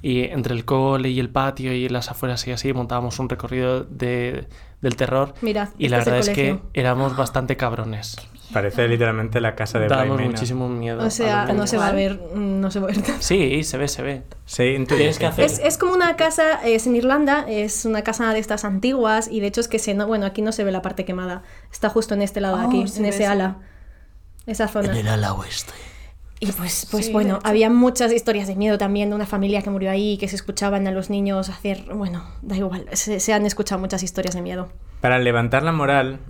Speaker 4: Y entre el cole y el patio y las afueras y así montábamos un recorrido de- del terror.
Speaker 3: Mirad,
Speaker 4: y
Speaker 3: este
Speaker 4: la
Speaker 3: es el
Speaker 4: verdad es, que
Speaker 3: colegio.
Speaker 4: éramos bastante cabrones.
Speaker 1: Parece literalmente la casa de Bly
Speaker 4: Dábamos
Speaker 1: Manor.
Speaker 4: muchísimo miedo.
Speaker 3: O
Speaker 4: a
Speaker 3: sea,
Speaker 4: los
Speaker 3: no
Speaker 4: niños.
Speaker 3: se va a ver, mm, no se va a ver.
Speaker 4: Sí, se ve, se ve.
Speaker 1: Se intuye.
Speaker 4: Tienes
Speaker 1: sí.
Speaker 4: que hacer-
Speaker 3: Es, es como una casa, es en Irlanda, es una casa de estas antiguas y de hecho es que se no, bueno, aquí no se ve la parte quemada. Está justo en este lado de
Speaker 2: Oh,
Speaker 3: aquí,
Speaker 2: se
Speaker 3: en
Speaker 2: ve,
Speaker 3: ese
Speaker 2: se
Speaker 3: ala. Esa zona.
Speaker 4: ala oeste.
Speaker 3: Y pues, pues
Speaker 2: Sí, de
Speaker 3: bueno,
Speaker 2: hecho.
Speaker 3: había muchas historias de miedo también de una familia que murió ahí, que se escuchaban a los niños hacer, bueno, da igual, se, se han escuchado muchas historias de miedo.
Speaker 1: Para levantar la moral,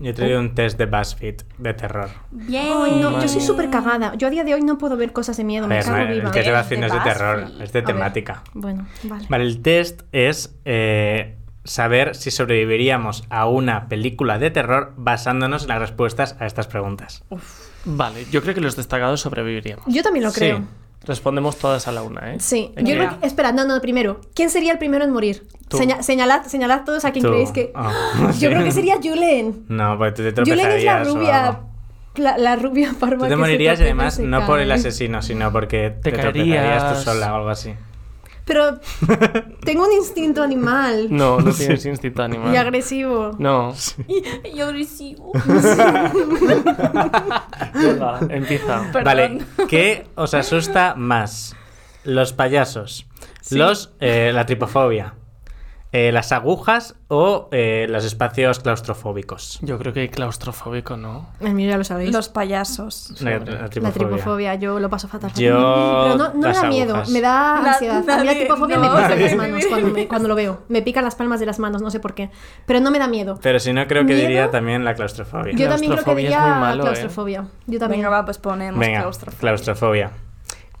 Speaker 1: yo he traído un test de BuzzFeed de terror.
Speaker 2: Bien.
Speaker 3: Ay, no, yo soy
Speaker 4: Madre.
Speaker 3: súper cagada. Yo a día de hoy no puedo ver cosas de miedo,
Speaker 1: A
Speaker 3: me
Speaker 1: ver,
Speaker 3: cago
Speaker 1: no,
Speaker 3: viva.
Speaker 1: el test de
Speaker 2: Test
Speaker 1: BuzzFeed
Speaker 2: de
Speaker 1: no es de terror,
Speaker 2: BuzzFeed.
Speaker 1: es de
Speaker 3: A ver.
Speaker 1: temática.
Speaker 3: Bueno, vale.
Speaker 1: Vale, el test es eh, saber si sobreviviríamos a una película de terror basándonos en las respuestas a estas preguntas.
Speaker 4: Vale, yo creo que los destacados sobreviviríamos.
Speaker 3: Yo también lo creo.
Speaker 1: Sí.
Speaker 4: Respondemos todas a la una, ¿eh?
Speaker 3: Sí,
Speaker 4: Hay
Speaker 3: yo
Speaker 4: que-
Speaker 3: creo que- Espera, no, no, primero. ¿Quién sería el primero en morir?
Speaker 4: Tú.
Speaker 3: Seña- señalad, señalad todos a quien
Speaker 1: Tú.
Speaker 3: creéis que.
Speaker 1: Ah,
Speaker 3: yo
Speaker 1: sí.
Speaker 3: creo que sería Julen.
Speaker 1: No, porque tú te
Speaker 3: Julen es la
Speaker 1: tropezarías o
Speaker 3: rubia.
Speaker 1: algo.
Speaker 3: La, la rubia parva.
Speaker 1: Tú
Speaker 3: que
Speaker 1: te
Speaker 3: se
Speaker 1: morirías y
Speaker 3: tropeza
Speaker 1: además
Speaker 3: se
Speaker 1: no por el
Speaker 3: cae.
Speaker 1: asesino, sino porque
Speaker 4: Te
Speaker 1: te,
Speaker 4: caerías.
Speaker 1: tropezarías tú sola o algo así.
Speaker 3: Pero tengo un instinto animal.
Speaker 4: No, no tienes instinto animal.
Speaker 3: Y agresivo.
Speaker 4: No.
Speaker 2: Y agresivo.
Speaker 4: Venga, empieza.
Speaker 2: Perdón.
Speaker 1: Vale, ¿qué os asusta más? Los payasos, los eh, la tripofobia, eh, las agujas o eh, los espacios claustrofóbicos.
Speaker 4: Yo creo que claustrofóbico, ¿no?
Speaker 3: El mío ya lo sabéis.
Speaker 2: Los payasos.
Speaker 1: La,
Speaker 4: Sobre.
Speaker 1: la
Speaker 3: La tripofobia, yo lo paso fatal.
Speaker 1: Yo-
Speaker 3: Pero no, no me
Speaker 1: las
Speaker 3: da miedo,
Speaker 1: agujas.
Speaker 3: me da
Speaker 2: Na-
Speaker 3: ansiedad. a mí la
Speaker 2: nadie-
Speaker 3: tripofobia
Speaker 2: no
Speaker 3: me pica
Speaker 1: vamos a
Speaker 3: las
Speaker 2: vivir.
Speaker 3: manos cuando, me- cuando lo veo. Me pican las palmas de las manos, no sé por qué. Pero no me da miedo.
Speaker 1: Pero si no, creo que
Speaker 3: ¿Miedo?
Speaker 1: diría también Eh, la claustrofobia.
Speaker 3: Yo también creo que
Speaker 4: Claustrofobia es muy
Speaker 3: diría
Speaker 4: malo, ¿eh?
Speaker 3: claustrofobia. Yo también.
Speaker 2: Venga, va, pues ponemos
Speaker 1: Venga,
Speaker 2: claustrofobia.
Speaker 1: claustrofobia.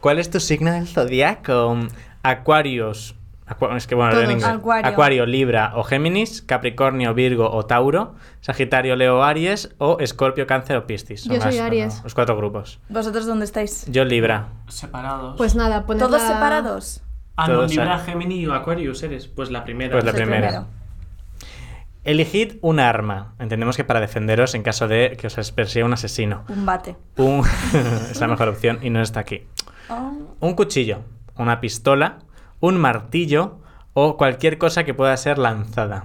Speaker 1: ¿Cuál es tu signo del zodiaco? Aquarius. Acua- es que bueno, lo leo en
Speaker 3: Todos.
Speaker 1: inglés.
Speaker 2: Acuario.
Speaker 1: Acuario, Libra o Géminis, Capricornio, Virgo o Tauro, Sagitario, Leo, Aries o Escorpio, Cáncer o Piscis. Son
Speaker 3: Yo soy
Speaker 1: las-
Speaker 3: Aries.
Speaker 1: Los cuatro grupos.
Speaker 2: ¿Vosotros dónde estáis?
Speaker 1: Yo Libra.
Speaker 4: Separados.
Speaker 3: Pues nada, ponerla...
Speaker 2: ¿Todos separados?
Speaker 4: ah, no,
Speaker 1: Todos,
Speaker 4: Libra,
Speaker 1: ¿eh?
Speaker 4: Gemini o Aquarius eres. Pues la primera.
Speaker 1: Pues la
Speaker 2: Soy
Speaker 1: primera.
Speaker 2: primero.
Speaker 1: Elegid un arma. Entendemos que para defenderos en caso de que os persiga un asesino.
Speaker 2: Un bate.
Speaker 1: Un... es la mejor opción y no está aquí.
Speaker 2: Oh.
Speaker 1: Un cuchillo, una pistola, un martillo o cualquier cosa que pueda ser lanzada.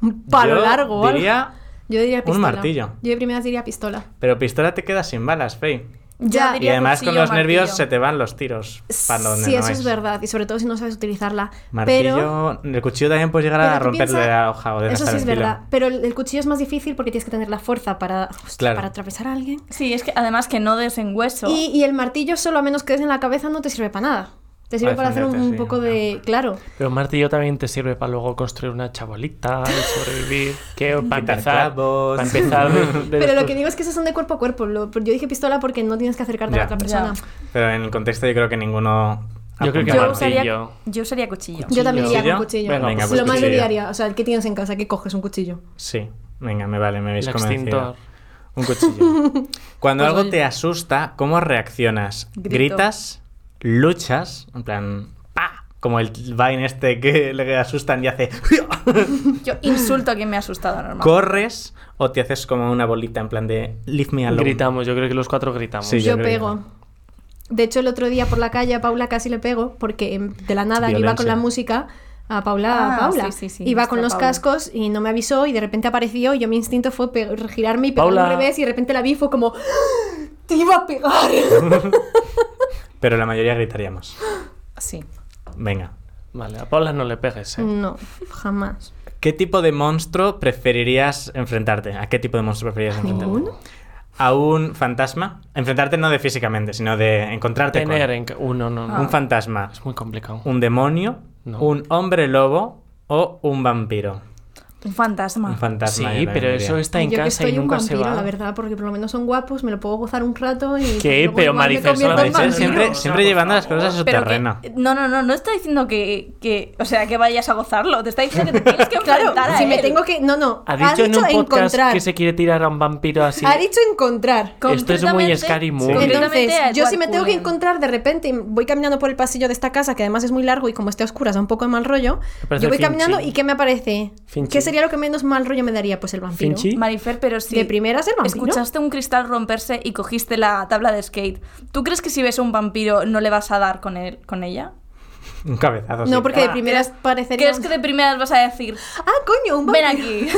Speaker 3: Un palo
Speaker 1: Yo
Speaker 3: largo o algo.
Speaker 1: Diría,
Speaker 3: Yo diría
Speaker 1: un
Speaker 3: pistola.
Speaker 1: martillo.
Speaker 3: Yo de primeras diría pistola.
Speaker 1: pero pistola te quedas sin balas, Fey.
Speaker 2: Ya.
Speaker 3: Ya.
Speaker 1: Y
Speaker 2: Diría
Speaker 1: además con
Speaker 2: cuchillo o
Speaker 1: los nervios
Speaker 2: martillo.
Speaker 1: se te van los tiros. para donde
Speaker 3: sí,
Speaker 1: no
Speaker 3: eso es.
Speaker 1: es.
Speaker 3: verdad. Y sobre todo si no sabes utilizarla. pero
Speaker 1: Martillo, el cuchillo también puedes llegar
Speaker 3: pero
Speaker 1: a
Speaker 3: tú
Speaker 1: romperle
Speaker 3: piensa-
Speaker 1: la hoja o
Speaker 3: Eso sí
Speaker 1: desgastar
Speaker 3: es
Speaker 1: el filo.
Speaker 3: verdad. Pero el, el cuchillo es más difícil porque tienes que tener la fuerza para, hostia,
Speaker 1: Claro.
Speaker 3: para atravesar a alguien.
Speaker 2: Sí, es que además que no des en hueso.
Speaker 3: Y, y el martillo, solo a menos que des en la cabeza, no te sirve para nada. Te sirve para hacer un,
Speaker 1: defenderte, sí,
Speaker 3: poco
Speaker 1: no.
Speaker 3: de. Claro.
Speaker 4: Pero un martillo también te sirve para luego construir una chabolita y sobrevivir. Que para
Speaker 1: Quitar
Speaker 4: empezar.
Speaker 1: clavos.
Speaker 4: Para empezar. de- de
Speaker 3: Pero lo
Speaker 4: después-
Speaker 3: que digo es que esos son de cuerpo a cuerpo. Lo- yo dije pistola porque no tienes que acercarte
Speaker 1: Ya.
Speaker 3: a la otra
Speaker 2: Ya.
Speaker 3: persona.
Speaker 1: Pero en el contexto yo creo que ninguno.
Speaker 4: Yo creo
Speaker 1: apunta.
Speaker 4: que
Speaker 2: yo,
Speaker 4: martillo.
Speaker 2: usaría, yo usaría cuchillo.
Speaker 3: Yo también
Speaker 1: ¿Cuchillo?
Speaker 3: diría con cuchillo.
Speaker 4: Venga,
Speaker 1: Venga, pues
Speaker 3: lo más de
Speaker 1: cuchillo.
Speaker 3: diaria. O sea, ¿qué tienes en casa? ¿Qué coges? Un cuchillo.
Speaker 1: Sí, venga, me vale, me habéis
Speaker 4: El
Speaker 1: convencido.
Speaker 4: extintor.
Speaker 1: Un cuchillo. Cuando
Speaker 3: Pues
Speaker 1: algo
Speaker 3: oye.
Speaker 1: te asusta, ¿cómo reaccionas?
Speaker 2: Grito.
Speaker 1: ¿Gritas? ¿Luchas? En plan, ¡pa! Como el Vine este que le asustan y hace.
Speaker 2: Yo insulto a quien me ha asustado normal.
Speaker 1: ¿Corres? ¿O te haces como una bolita en plan de. Leave me alone?
Speaker 4: Gritamos, yo creo que los cuatro gritamos.
Speaker 1: Sí, yo
Speaker 3: yo
Speaker 1: creo que
Speaker 3: pego. De hecho, el otro día por la calle a Paula casi le pego porque em, de la nada yo iba
Speaker 1: Violencia.
Speaker 3: con la música a Paula, a
Speaker 2: Ah,
Speaker 3: Paula.
Speaker 2: sí, sí, sí,
Speaker 3: iba
Speaker 2: nuestra
Speaker 3: con los
Speaker 2: Paula.
Speaker 3: cascos y no me avisó y de repente apareció y yo mi instinto fue pe- girarme y pegarle
Speaker 4: Paula.
Speaker 3: al revés y de repente la vi y fue como ¡Ah! te iba a pegar.
Speaker 1: Pero la mayoría gritaríamos.
Speaker 2: Sí.
Speaker 1: Venga.
Speaker 4: Vale, a Paula no le pegues, ¿eh?
Speaker 3: No, jamás.
Speaker 1: ¿Qué tipo de monstruo preferirías enfrentarte? ¿A qué tipo de monstruo preferirías enfrentarte?
Speaker 3: Ninguno.
Speaker 1: ¿A un fantasma? Enfrentarte no de físicamente, sino de encontrarte con
Speaker 4: Tener en ca- uno, no, no.
Speaker 3: Ah.
Speaker 1: un fantasma,
Speaker 4: Es muy complicado.
Speaker 1: un demonio,
Speaker 4: No.
Speaker 1: un hombre lobo o un vampiro.
Speaker 2: Un fantasma.
Speaker 1: Un fantasma.
Speaker 4: Sí,
Speaker 1: yo
Speaker 4: pero
Speaker 1: también
Speaker 4: eso
Speaker 1: diría.
Speaker 4: está
Speaker 3: Y yo
Speaker 4: en
Speaker 3: que
Speaker 4: casa
Speaker 3: estoy
Speaker 4: y
Speaker 3: un
Speaker 4: nunca se
Speaker 3: vampiro,
Speaker 4: va.
Speaker 3: la verdad, porque por lo menos son guapos, me lo puedo gozar un rato y
Speaker 4: ¿Qué?
Speaker 3: luego igual
Speaker 4: Pero
Speaker 3: me
Speaker 4: Maricel
Speaker 3: convierto en
Speaker 4: solamente-
Speaker 1: Maricel
Speaker 3: vampiro.
Speaker 1: siempre,
Speaker 4: vampiro,
Speaker 1: siempre
Speaker 4: o sea,
Speaker 1: llevando
Speaker 4: por
Speaker 1: las cosas a su
Speaker 2: Pero que-
Speaker 1: terreno.
Speaker 2: no, no, no, no está diciendo que, que, o sea, que vayas a gozarlo. Te está diciendo que te tienes que enfrentar
Speaker 3: Claro,
Speaker 2: a
Speaker 3: si
Speaker 2: él.
Speaker 3: me tengo que no, no,
Speaker 4: Ha dicho, en un podcast
Speaker 3: encontrar.
Speaker 4: que se quiere tirar a un vampiro así.
Speaker 3: Ha dicho encontrar.
Speaker 4: Esto es muy
Speaker 2: Concretamente-
Speaker 4: Scary Movie.
Speaker 2: concretamente
Speaker 3: Entonces,
Speaker 2: a
Speaker 3: yo si me
Speaker 2: Edward
Speaker 3: tengo que
Speaker 2: Cullen.
Speaker 3: encontrar de repente, y voy caminando por el pasillo de esta casa, que además es muy largo y como está a oscuras da un poco de mal rollo,
Speaker 4: Aparece
Speaker 3: yo voy
Speaker 4: Finchi.
Speaker 3: caminando y ¿qué me aparece?
Speaker 4: Finchi.
Speaker 3: ¿Qué sería lo que menos mal rollo me daría? Pues el vampiro.
Speaker 4: Finchi.
Speaker 2: Marifer, pero si
Speaker 3: De primeras el vampiro.
Speaker 2: escuchaste un cristal romperse y cogiste la tabla de skate, ¿tú crees que si ves a un vampiro no le vas a dar con él, con ella?
Speaker 1: Un cabezazo. sí.
Speaker 3: No, porque de
Speaker 2: Ah.
Speaker 3: primeras parecería...
Speaker 2: ¿Crees que de primeras vas a decir,
Speaker 3: Ah, coño, un
Speaker 2: ven
Speaker 3: vampiro.
Speaker 2: aquí,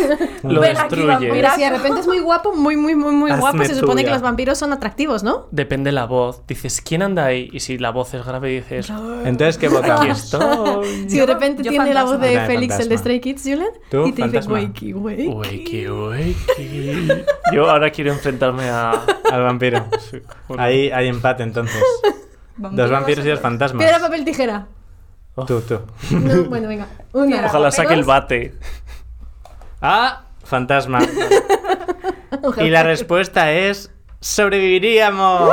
Speaker 4: Lo
Speaker 2: ven aquí,
Speaker 4: destruyes.
Speaker 3: Pero
Speaker 2: vampiraco?
Speaker 3: si de repente es muy guapo, muy, muy, muy, muy
Speaker 1: Hazme
Speaker 3: guapo, se supone
Speaker 1: tuya.
Speaker 3: que los vampiros son atractivos, ¿no?
Speaker 4: Depende la voz. Dices, ¿quién anda ahí? Y si la voz es grave, dices,
Speaker 1: Entonces, ¿qué
Speaker 4: aquí
Speaker 1: votamos?
Speaker 4: estoy.
Speaker 3: Si de repente
Speaker 2: yo
Speaker 3: tiene la voz
Speaker 2: fantasma.
Speaker 3: de
Speaker 1: Ah,
Speaker 3: Félix, el
Speaker 1: fantasma.
Speaker 3: de Stray Kids, Julen,
Speaker 1: Tú,
Speaker 3: y te dice
Speaker 1: fantasma.
Speaker 3: wakey, wakey.
Speaker 4: Wakey, wakey. Yo ahora quiero enfrentarme a...
Speaker 1: Al vampiro.
Speaker 4: bueno.
Speaker 1: Ahí hay empate entonces. Dos vampiros y dos fantasmas.
Speaker 3: Piedra, papel, tijera.
Speaker 1: Tú, tú.
Speaker 3: No, bueno, venga. Una.
Speaker 4: Ojalá saque el bate.
Speaker 1: Ah, fantasma.
Speaker 3: Ojalá.
Speaker 1: Y la respuesta es sobreviviríamos.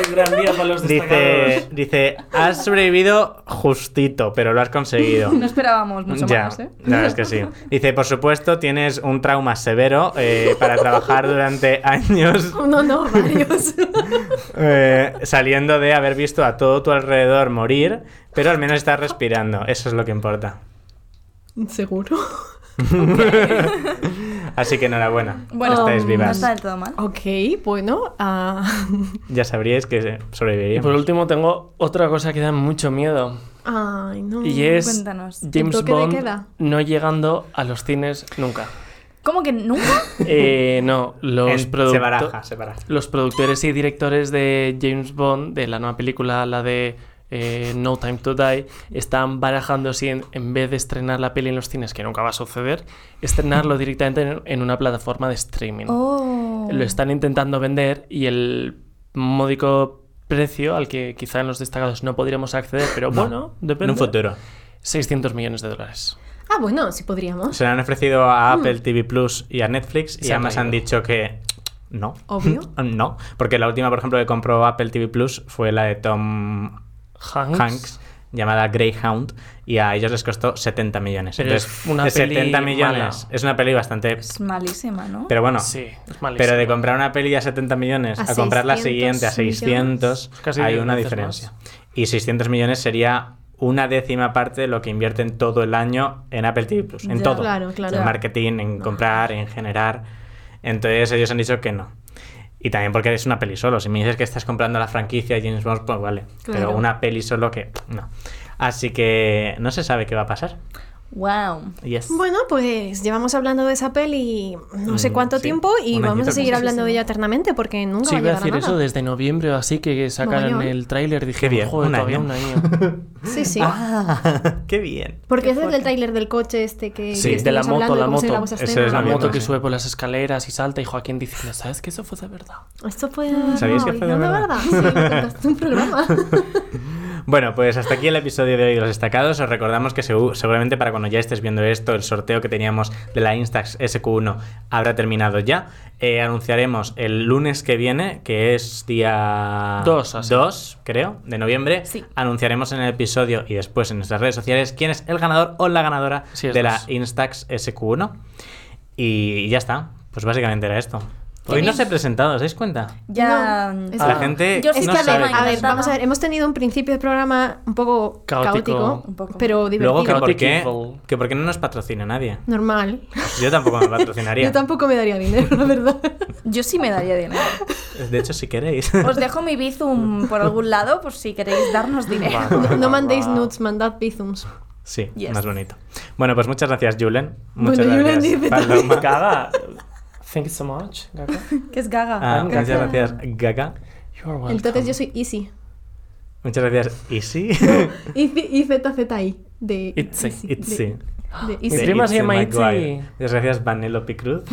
Speaker 4: Es gran día para los
Speaker 1: Dice, dice, has sobrevivido justito, pero lo has conseguido.
Speaker 2: No esperábamos mucho
Speaker 1: Ya,
Speaker 2: más, ¿eh?
Speaker 1: la verdad es que sí. Dice, por supuesto, tienes un trauma severo eh, para trabajar durante años
Speaker 3: No, no, varios.
Speaker 1: eh, saliendo de haber visto a todo tu alrededor morir, pero al menos estás respirando. Eso es lo que importa.
Speaker 3: Seguro.
Speaker 1: Así que enhorabuena.
Speaker 2: Bueno, um,
Speaker 1: estáis
Speaker 2: no
Speaker 1: vivas.
Speaker 2: está del todo mal.
Speaker 3: Ok, bueno. ah,
Speaker 1: Ya sabríais que
Speaker 4: Y por
Speaker 1: sobreviviríamos.
Speaker 4: último tengo otra cosa que da mucho miedo.
Speaker 3: Ay, no.
Speaker 4: Y es
Speaker 2: Cuéntanos, ¿el
Speaker 4: James
Speaker 3: Mm, toque de
Speaker 4: Bond
Speaker 3: queda?
Speaker 4: no llegando a los cines nunca.
Speaker 2: ¿Cómo que nunca?
Speaker 4: Eh, no, los,
Speaker 1: En-
Speaker 4: producto-
Speaker 1: se baraja, se baraja.
Speaker 4: los productores y directores de James Bond, de la nueva película, la de eh, No Time to Die, están barajando si en, en vez de estrenar la peli en los cines, que nunca va a suceder, estrenarlo directamente en, en una plataforma de streaming.
Speaker 2: Oh.
Speaker 4: Lo están intentando vender y el módico precio al que quizá en los destacados no podríamos acceder, pero bueno, depende.
Speaker 1: En un futuro.
Speaker 4: 600 millones de dólares.
Speaker 3: Ah, bueno, sí podríamos.
Speaker 1: Se lo han ofrecido a
Speaker 2: Mm.
Speaker 1: Apple TV Plus y a Netflix y
Speaker 4: Se han
Speaker 1: ambas han
Speaker 4: reído.
Speaker 1: dicho que no.
Speaker 3: Obvio.
Speaker 1: No, porque la última, por ejemplo, que compró Apple TV Plus fue la de Tom
Speaker 4: Hanks.
Speaker 1: Hanks llamada Greyhound y a ellos les costó 70 millones.
Speaker 4: Pero
Speaker 1: Entonces,
Speaker 4: es una
Speaker 1: de
Speaker 4: peli
Speaker 1: 70 millones
Speaker 4: mala.
Speaker 1: es una peli bastante
Speaker 2: Es malísima, ¿no?
Speaker 1: pero bueno,
Speaker 4: Sí, es malísimo.
Speaker 1: pero de comprar una peli a 70 millones
Speaker 3: A
Speaker 1: a, comprar la
Speaker 3: 600
Speaker 1: siguiente a 600
Speaker 4: millones. Casi
Speaker 1: hay
Speaker 4: diez
Speaker 1: una
Speaker 4: veces
Speaker 1: diferencia. Y 600 millones sería una décima parte de lo que invierten todo el año en Apple TV Plus, en
Speaker 2: Ya.
Speaker 1: todo.
Speaker 3: Claro, claro.
Speaker 1: En
Speaker 3: Ya.
Speaker 1: marketing, en comprar, en generar. Entonces ellos han dicho que no. Y también porque es una peli solo. Si me dices que estás comprando la franquicia de James Bond, pues vale. Pero
Speaker 3: Claro.
Speaker 1: una peli solo que no. Así que no se sabe qué va a pasar.
Speaker 2: Wow.
Speaker 1: Yes.
Speaker 3: Bueno, pues llevamos hablando de esa peli no sé
Speaker 1: Mm,
Speaker 3: cuánto
Speaker 1: sí.
Speaker 3: tiempo y
Speaker 1: Un
Speaker 3: vamos
Speaker 1: añito
Speaker 3: a seguir
Speaker 1: casi,
Speaker 3: hablando de
Speaker 2: sí.
Speaker 3: ella eternamente porque nunca
Speaker 4: Sí,
Speaker 3: va a
Speaker 4: iba a
Speaker 3: llegar a
Speaker 4: decir
Speaker 3: nada.
Speaker 4: eso desde noviembre o así que sacaron
Speaker 3: Mogollón.
Speaker 4: el tráiler. Dije,
Speaker 1: Qué bien,
Speaker 4: joder,
Speaker 1: un
Speaker 4: todavía
Speaker 1: año".
Speaker 4: un año.
Speaker 3: Sí, sí.
Speaker 1: Ah, qué bien.
Speaker 3: porque
Speaker 2: Qué
Speaker 3: es desde
Speaker 2: fuerte.
Speaker 3: el tráiler del coche este que
Speaker 1: Sí,
Speaker 3: que
Speaker 1: de
Speaker 4: la
Speaker 3: estuvimos hablando
Speaker 4: moto,
Speaker 3: de
Speaker 4: la
Speaker 3: cómo se
Speaker 4: moto.
Speaker 3: grabó esa
Speaker 1: Eso
Speaker 3: escena.
Speaker 1: es
Speaker 4: La
Speaker 1: Está bien,
Speaker 4: moto que
Speaker 1: sí.
Speaker 4: sube por las escaleras y salta y Joaquín diciendo, ¿sabes que eso fue de verdad?
Speaker 3: Esto fue de
Speaker 1: ¿Sabéis que fue
Speaker 3: verdad,
Speaker 1: de
Speaker 3: ¿no?
Speaker 1: verdad?
Speaker 3: Sí, lo contaste en un programa.
Speaker 1: Bueno, pues hasta aquí el episodio de hoy de Los Destacados. Os recordamos que segu- seguramente para cuando ya estés viendo esto, el sorteo que teníamos de la Instax SQ1 habrá terminado ya. Eh, anunciaremos el lunes que viene, que es día
Speaker 4: Dos, así.
Speaker 1: 2, creo, de noviembre.
Speaker 2: Sí.
Speaker 1: Anunciaremos en el episodio y después en nuestras redes sociales quién es el ganador o la ganadora
Speaker 4: Sí, es
Speaker 1: de la
Speaker 4: dos.
Speaker 1: Instax SQ1. Y ya está. Pues básicamente era esto.
Speaker 3: Qué
Speaker 1: Hoy no
Speaker 3: bien.
Speaker 1: os he presentado, ¿os dais cuenta?
Speaker 2: Ya.
Speaker 3: No, es
Speaker 2: ah.
Speaker 1: La gente
Speaker 2: Yo sí
Speaker 1: no
Speaker 3: es que, a
Speaker 1: sabe
Speaker 3: ver,
Speaker 1: quién
Speaker 3: a ver,
Speaker 1: es.
Speaker 3: vamos a ver, hemos tenido un principio de programa un poco
Speaker 4: Caótico.
Speaker 3: caótico,
Speaker 4: Un
Speaker 2: poco.
Speaker 3: pero divertido.
Speaker 1: Luego que por,
Speaker 4: Chaotic
Speaker 1: qué,
Speaker 4: evil.
Speaker 1: que por qué no nos patrocina nadie.
Speaker 3: Normal.
Speaker 1: Yo tampoco me patrocinaría.
Speaker 3: Yo tampoco me daría dinero, la verdad.
Speaker 2: Yo sí me daría dinero.
Speaker 1: De hecho, si queréis.
Speaker 2: Os dejo mi Bizum por algún lado por si queréis darnos dinero.
Speaker 4: Va, va,
Speaker 3: No,
Speaker 4: va,
Speaker 3: no mandéis
Speaker 4: va.
Speaker 3: nudes, mandad bizums.
Speaker 1: Sí,
Speaker 2: Yes.
Speaker 1: más bonito. Bueno, pues muchas gracias, Julen. Muchas
Speaker 3: Bueno, Julen
Speaker 1: gracias,
Speaker 3: dice
Speaker 1: Paloma.
Speaker 4: Gaga, thank you so much. Gaga.
Speaker 2: Que es gaga.
Speaker 1: Ah, muchas
Speaker 4: Gaga.
Speaker 1: gracias, Gaga.
Speaker 4: You are welcome.
Speaker 3: Entonces yo soy Easy.
Speaker 1: Muchas gracias, Isi.
Speaker 3: IZZI. De
Speaker 4: Itzy,
Speaker 3: Izzy, de-
Speaker 1: Itzy.
Speaker 3: de
Speaker 4: Mi
Speaker 3: Izzy.
Speaker 1: De
Speaker 4: prima se
Speaker 1: Itzy
Speaker 4: llama
Speaker 1: Maguire.
Speaker 4: Itzy.
Speaker 1: Muchas gracias, Vanellope Cruz.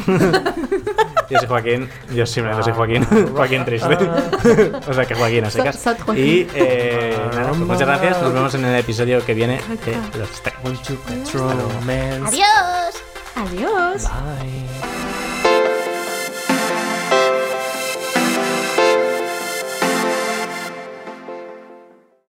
Speaker 1: Yo soy Joaquín. Yo siempre soy Joaquín.
Speaker 4: Ah,
Speaker 1: Joaquín Triste. o sea que Joaquín, a secas.
Speaker 3: Sad- sad Joaquín.
Speaker 1: Y eh, nada, pues muchas gracias. Nos vemos en el episodio que viene de Los Tech.
Speaker 4: Won't you romance?
Speaker 3: Adiós.
Speaker 4: Bye.